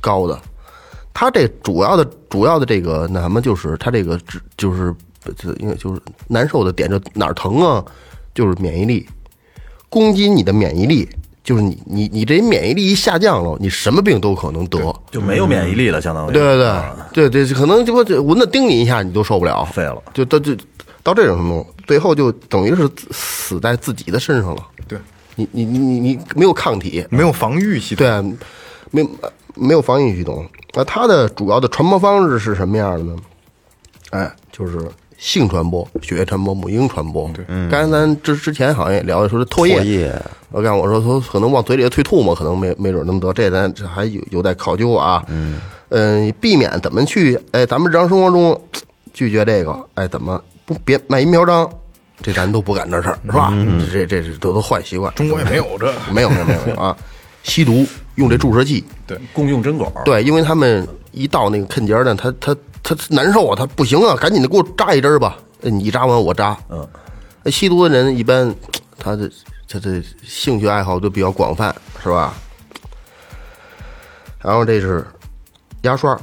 高的。它这主要的主要的这个那什么，就是它这个只就是就因为就是难受的点就哪儿疼啊，就是免疫力攻击你的免疫力，就是你你你这免疫力一下降了，你什么病都可能得。就没有免疫力了，相当于对对对对对，可能就这蚊子叮你一下，你都受不了，废了。就到就到这种程度，最后就等于是自死在自己的身上了。对，你你你你你没有抗体，没有防御系统，对，啊没没有防御系统。那它的主要的传播方式是什么样的呢？哎，就是性传播、血液传播、母婴传播。对，刚才咱之之前好像也聊的说这唾唾液，液我看我说说可能往嘴里推吐沫，可能没没准能得，这咱这还有有待考究啊。嗯避免怎么去哎，咱们日常生活中拒绝这个，哎，怎么不别卖淫嫖娼？这咱都不干这事儿，是吧？这这这都都坏习惯，中国也没有这，没有没有没有没有 啊！吸毒用这注射器，共用针管，对，因为他们一到那个坑节儿呢，他他他他难受啊，他不行啊，赶紧的给我扎一针儿吧。哎你扎完我扎，嗯，吸毒的人一般他的他的兴趣爱好都比较广泛，是吧？然后这是牙刷、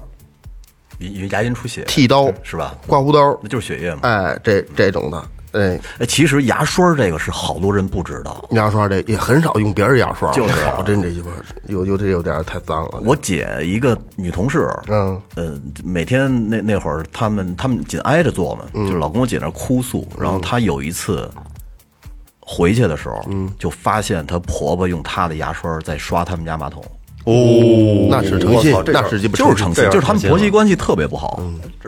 牙牙龈出血，剃刀哎是吧？刮胡刀，那就是血液嘛。哎，这这种的，哎，哎，其实牙刷这个是好多人不知道。牙刷这也很少用别人牙刷，就是啊好真这鸡巴有有这有点儿太脏了。我姐一个女同事，嗯，呃，每天那那会儿，他们他们紧挨着坐嘛，就老跟我姐那儿哭诉。然后她有一次回去的时候，就发现她婆婆用她的牙刷在刷他们家马桶，哦那是诚信，那是鸡巴就是诚成信心，就是他们婆媳关系特别不好，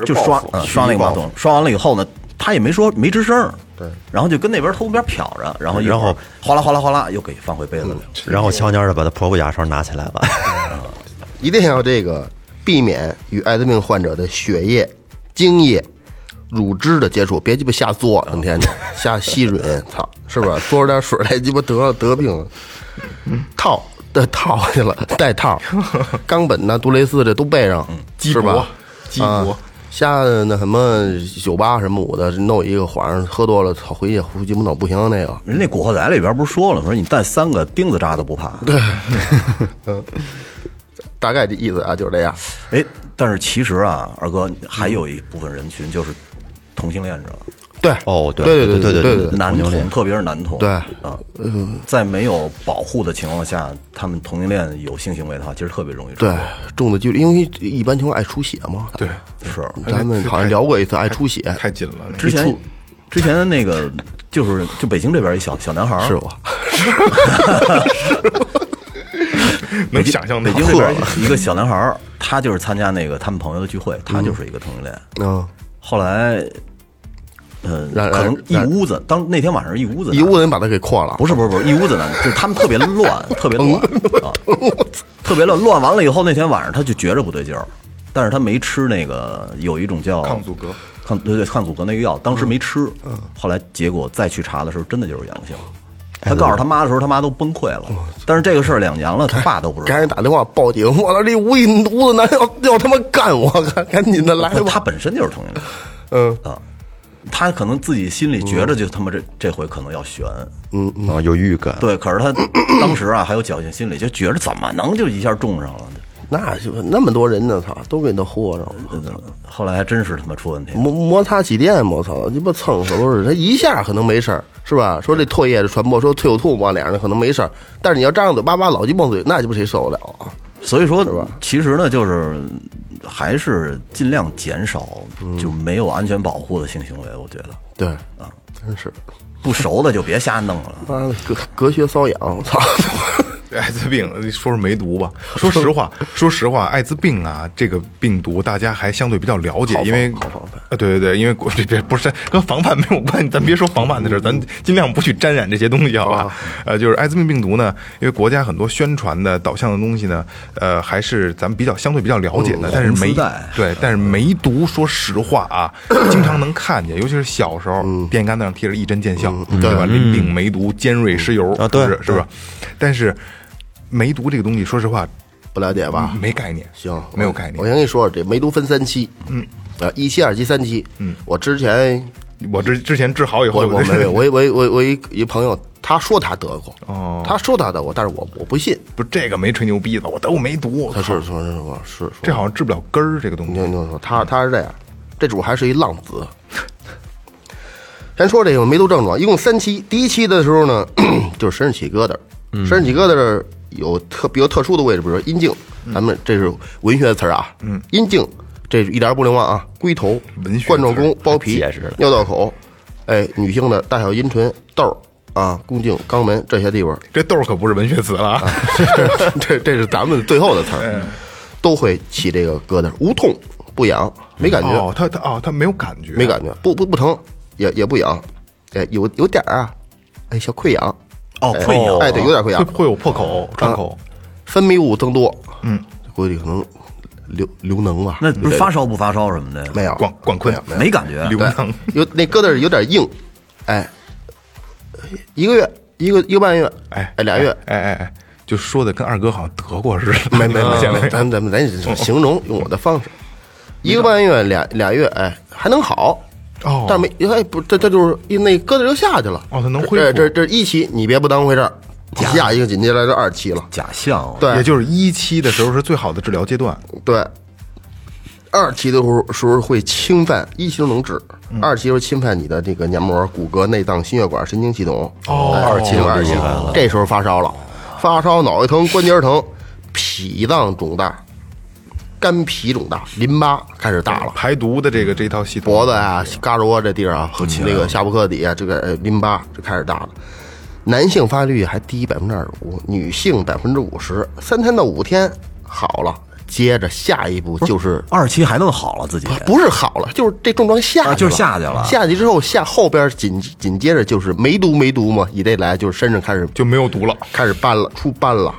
就刷嗯刷那个马桶，刷完了以后呢，她也没说没吱声，对，然后就跟那边偷边瞟着，然后一会儿然嗯后哗啦哗啦哗啦又给放回杯子里了。然后悄悄的把她婆婆牙刷拿起来了。一定要这个避免与艾滋病患者的血液、精液、乳汁的接触，别鸡巴瞎嘬，整天的瞎吸吮，操，是不是？嘬着点水来鸡巴得得病了，套的套去了，带 套，冈本呐、杜蕾斯这都备上，鸡是脖吧？鸡脖啊，瞎那什么酒吧什么舞的，弄一个晚上喝多了，操，回去胡鸡巴脑不行那个。人那《古惑仔》里边不是说了吗？说你带三个钉子扎都不怕。对，大概这意思啊，就是这样。哎，但是其实啊，二哥还有一部分人群就是同性恋者，对，哦，对对对对对对，男同，特别是男同。对呃啊，在没有保护的情况下，他们同性恋有性行为的话，其实特别容易对传播，中的几率，因为一般情况爱出血嘛。对，是咱们好像聊过一次爱出血，太紧了。那个之前之前那个就是就北京这边一小小男孩儿是我能想象北到京这边一个小男孩儿，他就是参加那个他们朋友的聚会，他就是一个同性恋。 嗯，后来，呃，然可能然一屋子，当那天晚上一屋子，一屋子人把他给扩了，不是不是不是一屋子男，就是他们特别乱，特 别乱啊，特别乱。乱完了以后，那天晚上他就觉着不对劲儿，但是他没吃那个有一种叫抗阻隔，嗯抗对对抗阻隔那个药，当时没吃，后来结果再去查的时候，真的就是阳性。哎他告诉他妈的时候，他妈都崩溃了。哦但是这个事儿两年了，他爸都不知赶道。紧打电话报警，我操，这屋一屋子男要要他妈干我， 赶赶紧的来他吧，本身就是同性恋，嗯啊，他可能自己心里嗯觉着就他妈这这回可能要悬，啊，有预感，对，可是他当时啊还有侥幸心理，就觉着怎么能就一下中上了呢？那就那么多人呢，操，都给他豁上了。后来还真是他妈出问题。摩摩擦起电，我操，鸡巴蹭死都是。他一下可能没事儿，是吧？说这唾液的传播，说退有吐沫脸上可能没事儿，但是你要张着嘴巴巴老鸡巴嘴，那鸡巴谁受得了啊？所以说，其实呢，就是还是尽量减少就没有安全保护的性行为。我觉得对啊，真是不熟的就别瞎弄了。妈的隔隔靴搔痒，我操！艾滋病，说说梅毒吧。说实话，说实话，艾滋病啊，这个病毒大家还相对比较了解，因为呃，对对对，因为国 别别不是跟防范没有关系，咱别说防范的事儿，咱尽量不去沾染这些东西，好吧？呃，就是艾滋病病毒呢，因为国家很多宣传的导向的东西呢，呃，还是咱们比较相对比较了解的，但是哦红丝梅带对，但是梅毒，说实话啊，经常能看见，尤其是小时候，嗯电线杆子上贴着一针见效，对吧？淋病、梅毒、尖锐湿疣啊对是是吧？但是梅毒这个东西，说实话不了解吧？没概念，行，嗯没有概念。我先跟你说，这梅毒分三期，嗯，啊，一期、二期、三期。嗯，我之前我之之前治好以后，我我 没有，我我我我我一一朋友，他说他得过，哦他说他得过，但是我我不信，不是这个没吹牛逼的，我都没毒他。说说说说是这说，好像治不了根儿，这个东西你听你听我说，他他是这样，这主还是一浪子。先说这个梅毒症状，一共三期。第一期的时候呢，就是身上起疙瘩，嗯身上起疙瘩有特比较特殊的位置，比如说阴茎，嗯咱们这是文学词儿啊，嗯，阴茎这一点儿不灵忘啊，龟头、文学冠状词儿沟、包皮、结实了尿道口，哎，女性的大小阴唇、痘儿啊、宫颈、肛门这些地方，这豆儿可不是文学词了啊！ 嗯这这是咱们最后的词儿，都会起这个疙瘩，无痛，不痒，没感觉，哦，他他哦，他没有感觉，没感觉，不不不疼，也也不痒，哎，有有点儿啊，哎，小溃痒，哦，哎溃疡，哎，对，有点会溃啊 疡，会有破口、创口，分泌物增多，嗯，估计可能流流脓吧，那不是发烧不发烧什么的，没有管管困，没感觉，流脓， 有那疙瘩儿有点硬，哎，一个月一个一个半月，哎哎俩月，哎哎哎，就说的跟二哥好像得过似的，没没没， 现咱在们咱们咱形容用我的方式，一个半月俩俩月，哎，还能好。哦但没哎不，这这就是一那疙瘩就下去了。哦它能恢复这这这一期你别不当回事儿，下一个紧接着就二期了。假象，啊对，也就是一期的时候是最好的治疗阶段，对，二期的时候时候会侵犯，一期都能治，二期时候侵犯你的这个黏膜、骨骼、内脏、心血管、神经系统。哦哎二期进入二期厉害了，这时候发烧了，发烧脑袋疼、关节疼、脾脏肿大、肝脾肿大、淋巴开始大了。排毒的这个这一套系统，脖子啊、胳肢窝这地儿啊，和那个下巴颏底下这个呃淋巴就开始大了。男性发育率还低百分之二十五，女性百分之五十，三天到五天好了，接着下一步就是二期还能好了自己，不是好了，就是这症状下去了、啊就是下去了下去之后下后边紧紧接着就是梅毒梅毒嘛，以这来就是身上开始就没有毒了，开始斑了出斑了，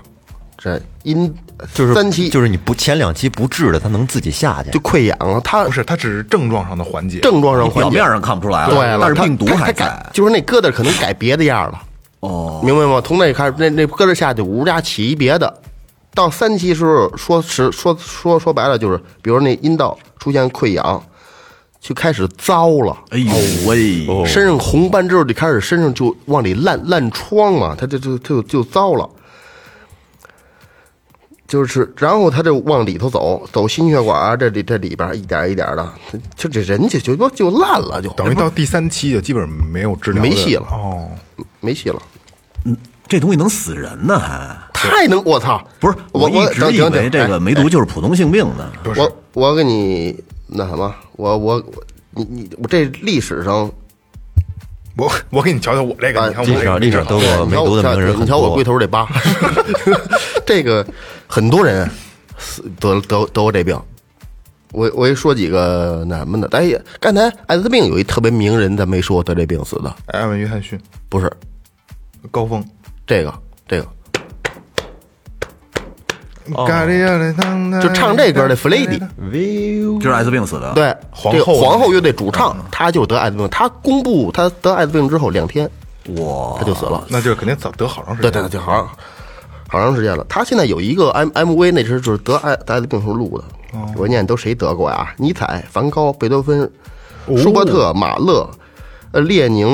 这阴就是三期就是你不前两期不治的，它能自己下去。就溃疡了，它不是，它只是症状上的缓解，症状上缓表解面上看不出来对了，但是它病毒它还它在改，，就是那疙瘩可能改别的样了。哦，明白吗？从那开始，那那疙瘩下去，五加起一别的，到三期时候，说实说说说白了就是，比如那阴道出现溃疡，就开始糟了。哎呦喂，身上红斑之后就开始身上就往里烂烂疮嘛，它就就就就糟了。就是，然后他就往里头走，走心血管啊，这里这里边儿一点儿一点儿的，就这人家就就就烂了，就等于到第三期就基本没有治疗的，没戏了哦，没戏了。这东西能死人呢还？太能，我操！不是，我一我直以为这哎个梅毒就是普通性病呢。不是我我给你那什么，我我我你你我这历史上我我给你瞧瞧我这个，啊你看我历史上历这个史上都有梅毒的名人你很瞧我龟多，头这疤，这个很多人死得得得过这病。我我一说几个那什么的，哎呀，刚才艾滋病有一特别名人，咱没说得这病死的，艾文约翰逊不是高峰，这个这个，就哦就唱这歌的弗雷迪，就是艾滋病死的。，对，皇这个后皇后乐队主唱，他就得艾滋病，他公布他得艾滋病之后两天，哇，他就死了。那就肯定早得好长时对间，对对，好像好长时间了。他现在有一个 M M V，那是就是得艾得艾滋病时候录的。我念都谁得过呀？尼采、梵高、贝多芬、舒伯特、马勒、呃列宁，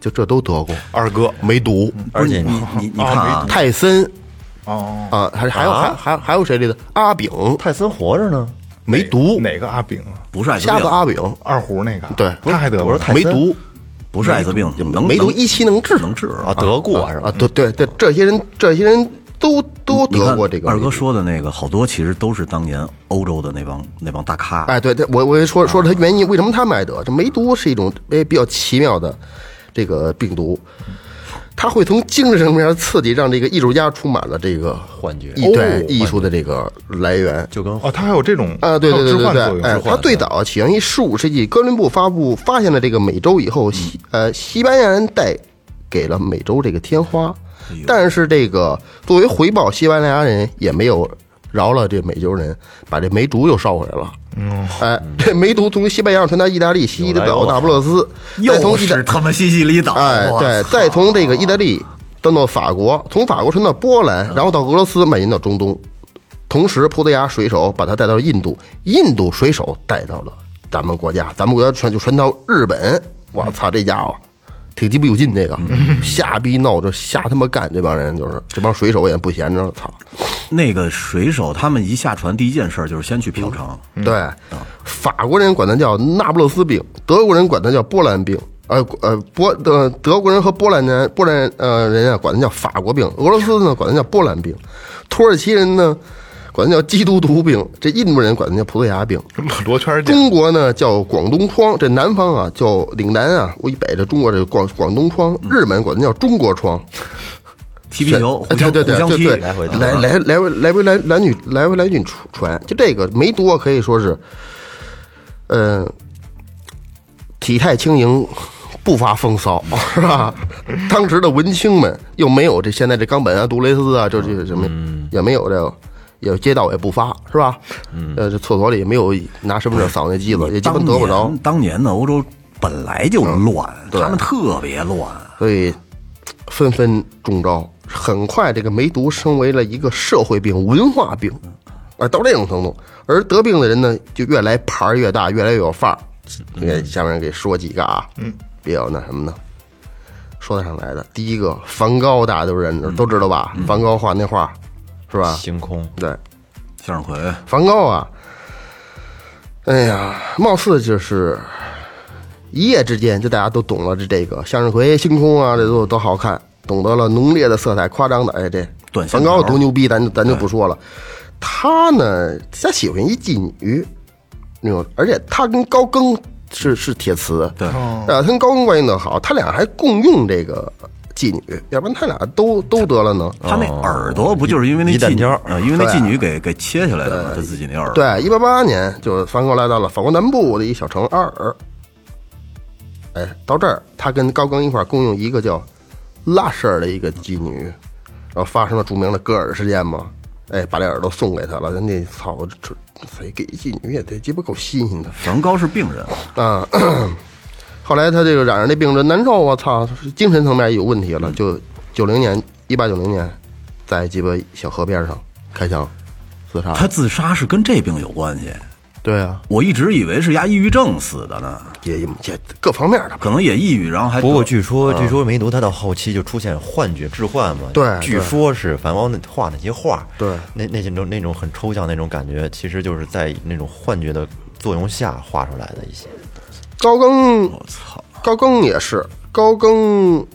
就这都得过。二哥梅毒、而且你你你你看啊，泰森哦，啊，还还有还还还有谁来的？阿炳泰森活着呢，梅毒，哪个阿炳啊？不是艾滋瞎子病，阿炳二胡那个啊，对他还得我过说泰梅森毒不是艾滋病，能梅毒能一期能治能治啊，德国是吧？啊？对对对，这些人这些人都都你得看过这个。二哥说的那个，好多其实都是当年欧洲的那帮那帮大啊咖。哎，对对，我我也说说它原因，为什么他们爱得？这梅毒是一种哎比较奇妙的这个病毒，它会从精神层面刺激，让这个艺术家充满了这个幻觉艺对艺术的这个来源。就跟哦，他还有这种啊，对对还有对对置换作对，用，哎，它最早起源于十五世纪，哥伦布发布发现了这个美洲以后，西嗯呃西班牙人带给了美洲这个天花，哎但是这个作为回报，西班牙人也没有饶了这美洲人，把这梅毒又捎回来了。嗯，哎，这梅毒从西班牙传到意大利西西里岛、那不勒斯，再从又意大是他妈西西里岛，哎，我 对，再从这个意大利端到法国，从法国传到波兰，然后到俄罗斯蔓延到中东。同时，葡萄牙水手把它带到了印度，印度水手带到了咱们国家，咱们国家传就传到日本。我操，这家伙挺鸡巴有劲，这个瞎逼闹着瞎他妈干，这帮人就是这帮水手也不闲着，操！那个水手他们一下船，第一件事就是先去嫖娼。对，法国人管它叫那不勒斯病，德国人管它叫波兰病，呃呃波呃德国人和波兰人波兰人呃人啊管它叫法国病，俄罗斯呢管它叫波兰病，土耳其人呢管它叫基督徒病，这印度人管它叫葡萄牙病，罗圈见，中国呢叫广东疮，这南方啊叫岭南啊，我以北这中国这广广东疮，日本管它叫中国疮。踢皮球，互对相对对互相对踢，对，来回打来来来回来回来来女来回来女传，就这个没多，可以说是，呃，体态轻盈，不乏风骚， 是吧？当时的文青们又没有这现在这冈本啊、杜蕾斯啊，这这什么嗯也没有这个。也街道也不发是吧？呃，这厕所里也没有拿身份证扫那机子，也基本得不着嗯嗯当。年当年的欧洲本来就乱，他们特别乱。所以纷纷中招。很快，这个梅毒升为了一个社会病、文化病，啊，到这种程度。而得病的人呢，就越来牌儿越大，越来越有范儿。给下面给说几个啊，嗯，比较那什么呢？说得上来的，第一个，梵高，大家都认识，都知道吧？梵高画那画，是吧？星空，对，向日葵，梵高啊，哎呀，貌似就是一夜之间就大家都懂了这这个向日葵、星空啊，这都都好看，懂得了浓烈的色彩，夸张的，哎，这短线梵条高多牛逼，咱就咱就不说了。他呢，他喜欢一妓女，那种，而且他跟高更是是铁磁，对啊，他跟高更关系的好，他俩还共用这个妓女，要不然他俩都都得了呢。他那耳朵不就是因为那一妓蛋女挑啊，因为那妓女给给切下来的嘛，他自己那耳朵。对，一八八年，就是梵高来到了法国南部的一小城阿尔。哎，到这儿，他跟高更一块儿共用一个叫拉舍尔的一个妓女，然后发生了著名的戈尔事件嘛。哎，把这耳朵送给他了，人家操，这谁给妓女也得鸡巴够新鲜的。梵高是病人，啊。后来他这个染上这病这难受，我操，精神层面也有问题了。就九零年，一八九零年，在鸡巴小河边上开枪自杀。他自杀是跟这病有关系。对啊，我一直以为是压抑郁症死的呢，也也也各方面的吧。可能也抑郁，然后还不得过据说，据说梅毒它到后期就出现幻觉、置换嘛。对对据说是梵高那画那些画，对那那些那种那种很抽象那种感觉，其实就是在那种幻觉的作用下画出来的一些。高更，我操，高更也是，高更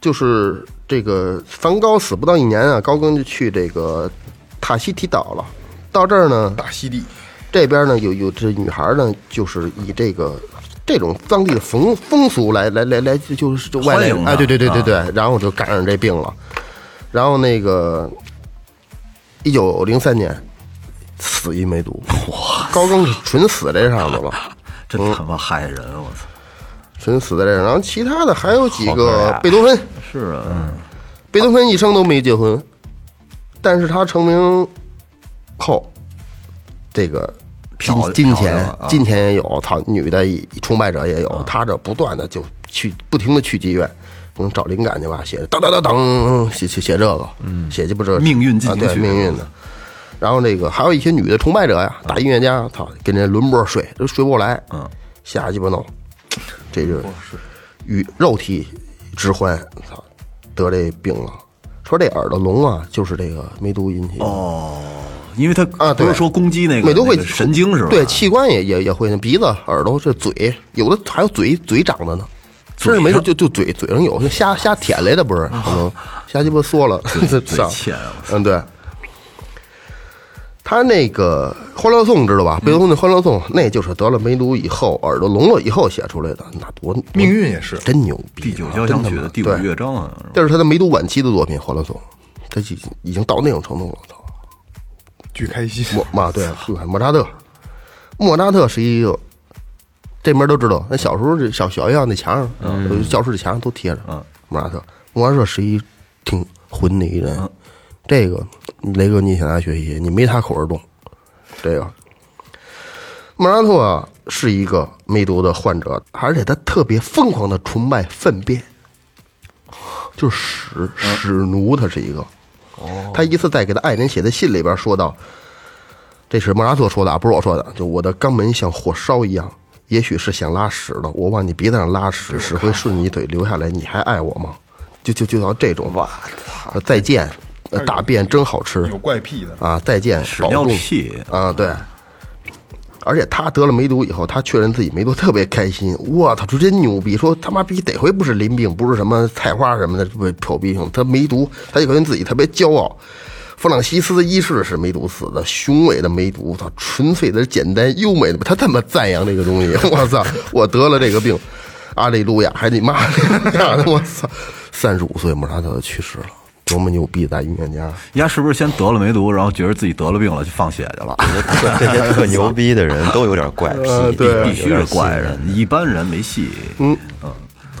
就是这个梵高死不到一年啊，高更就去这个塔希提岛了。到这儿呢，大溪地，这边呢有有这女孩呢，就是以这个这种当地的风风俗来来来来，就是就外来欢迎啊人的哎，对对对对对，然后就感染这病了。然后那个一九零三年死于梅毒，高更是纯死这上头了。真他妈害人！我操，纯死在这儿。然后其他的还有几好哥个呀贝多芬，是啊，贝多芬一生都没结婚，但是他成名后，这个金嫖金嫖钱了啊金钱也有，操，女的也崇拜者也有，他这不断的就去不停的去妓院。嗯，找灵感去吧，写当当当当，写写写这个，嗯，写鸡巴这命运进行啊对曲嗯命运的。然后那个还有一些女的崇拜者呀，大音乐家，操，跟人轮播睡都睡不过来，嗯，瞎鸡巴弄，这就是与肉体之欢，操，得这病了。说这耳朵聋啊，就是这个梅毒引起的。哦，因为他啊对不是说攻击那个梅毒会那个神经是吧？对，器官也也也会，鼻子、耳朵、这嘴，有的还有嘴嘴长的呢。甚至没事就就嘴嘴上有，就瞎瞎舔来的不是？可能瞎鸡巴缩了， 嘴啊嘴欠啊嗯，对。他那个《欢乐颂》知道吧？贝多芬的《欢乐颂》，嗯那就是得了梅毒以后，耳朵聋了以后写出来的，那多命运也是真牛逼啊！第九交响曲真他的妈第五对乐章啊，这是他的梅毒晚期的作品《欢乐颂》，他已经已经到那种程度了。操，巨开心。莫嘛对，莫扎特，莫扎特是一个，这门都知道。那小时候这小小学校那墙上，呃教室的墙上都贴着莫扎特。莫扎特是一挺混的一人，这个雷哥你向他学习，你没他口味重。这个莫扎特啊是一个梅毒的患者，而且他特别疯狂的崇拜粪便。就是使使奴，他是一个。他一次在给他爱人写的信里边说道：“这是莫扎特说的啊，不是我说的。就我的肛门像火烧一样，也许是想拉屎了。我往你鼻子上拉屎，屎会顺着你腿流下来。你还爱我吗？就就就到这种。我操！再见，呃大便真好吃有怪癖的，啊！再见，屎保尿重屁啊！对。而且他得了梅毒以后，他确认自己梅毒，特别开心。我操，这真牛逼！说他妈逼，得亏不是淋病，不是什么菜花什么的，不丑逼性。他梅毒，他就觉得自己特别骄傲。弗朗西斯一世是梅毒死的，雄伟的梅毒，他纯粹的、简单、优美的，他他妈赞扬这个东西。我操，我得了这个 病，阿利路亚，还得妈的，我操！三十五岁，莫扎特去世了。多么牛逼的大预言家，人家是不是先得了梅毒，然后觉得自己得了病了，就放血去了？这些特牛逼的人都有点怪癖， 对必须是怪人，嗯一般人没戏。嗯，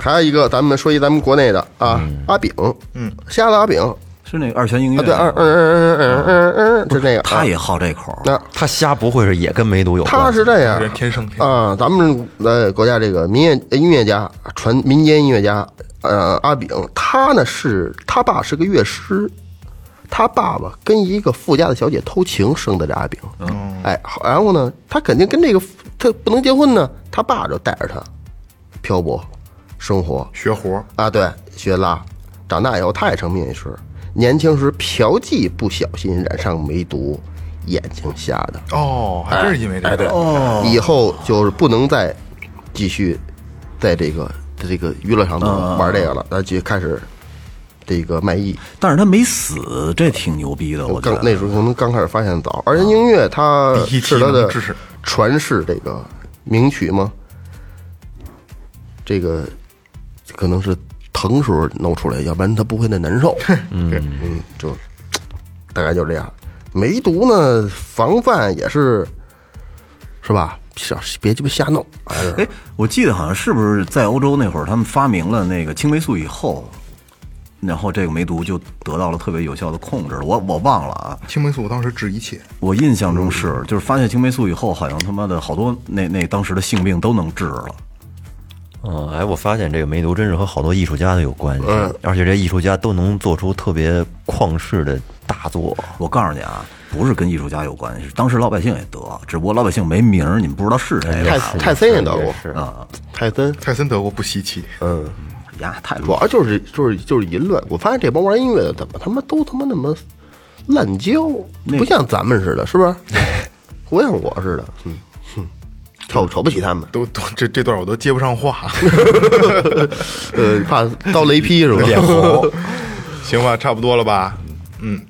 还有一个咱们说一咱们国内的啊，阿炳，嗯，瞎子阿炳啊，是那个二泉映月，对，二嗯嗯嗯嗯嗯嗯，就这个，他啊也好这口儿。那他瞎不会是也跟梅毒有他关系？是这样人，天生天生啊，咱们呃国家这个民乐音乐家，传民间音乐家，呃，阿炳，他呢是他爸是个乐师，他爸爸跟一个富家的小姐偷情生的这阿炳，哎，好然后呢，他肯定跟这个他不能结婚呢，他爸就带着他漂泊生活，学活，啊，对，学拉。长大以后，他也成面师。年轻时嫖妓，不小心染上梅毒，眼睛瞎的。哦，还哎真是因为这个，哦，以后就是不能再继续在这个这个娱乐场所玩这个了，那就开始这个卖艺。但是他没死，这挺牛逼的，我觉刚得。那时候可能刚开始发现早，而且音乐它第一期是它能的支持传世这个名曲吗？这个可能是疼时候弄出来，要不然他不会那难受。嗯嗯，就大概就这样。梅毒呢，防范也是是吧？少别鸡巴瞎弄，还是哎，我记得好像是不是在欧洲那会儿，他们发明了那个青霉素以后，然后这个梅毒就得到了特别有效的控制了。我我忘了啊，青霉素当时治一切，我印象中是，就是发现青霉素以后，好像他妈的好多那那当时的性病都能治了。嗯，哎，我发现这个梅毒真是和好多艺术家都有关系，嗯而且这艺术家都能做出特别旷世的大作。我告诉你啊，不是跟艺术家有关系，是当时老百姓也得，只不过老百姓没名儿，你们不知道是谁泰了。泰森也得过，啊泰森泰森得过不稀奇，呀，太嗯主乱要就是就是就是淫乱。我发现这帮玩音乐的怎么他妈都他妈那么滥交，不像咱们似的，是不 是？不像我似的，嗯哼，瞅瞅不起他们，都都这这段我都接不上话， 呃，怕遭雷劈 是吧？脸红，行吧，差不多了吧？嗯，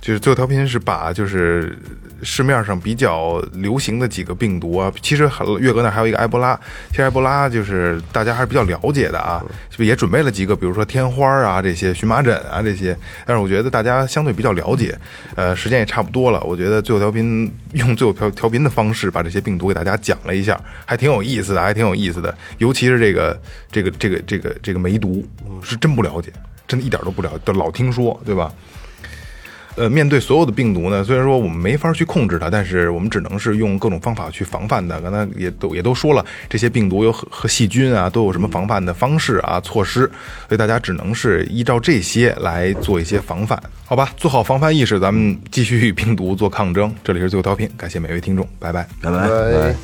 就是最后调频是把就是市面上比较流行的几个病毒啊，其实还岳哥那儿还有一个埃博拉，其实埃博拉就是大家还是比较了解的啊，就也准备了几个，比如说天花啊这些荨麻疹啊这些，但是我觉得大家相对比较了解，呃，时间也差不多了，我觉得最后调频用最后调调频的方式把这些病毒给大家讲了一下，还挺有意思的，还挺有意思的，尤其是这个这个这个这个这个梅毒是真不了解。真的一点都不了解，都老听说，对吧？呃，面对所有的病毒呢，虽然说我们没法去控制它，但是我们只能是用各种方法去防范它。刚才也都也都说了，这些病毒有和和细菌啊都有什么防范的方式啊措施，所以大家只能是依照这些来做一些防范，好吧？做好防范意识，咱们继续与病毒做抗争。这里是最后调频，感谢每位听众，拜拜。拜拜。哎。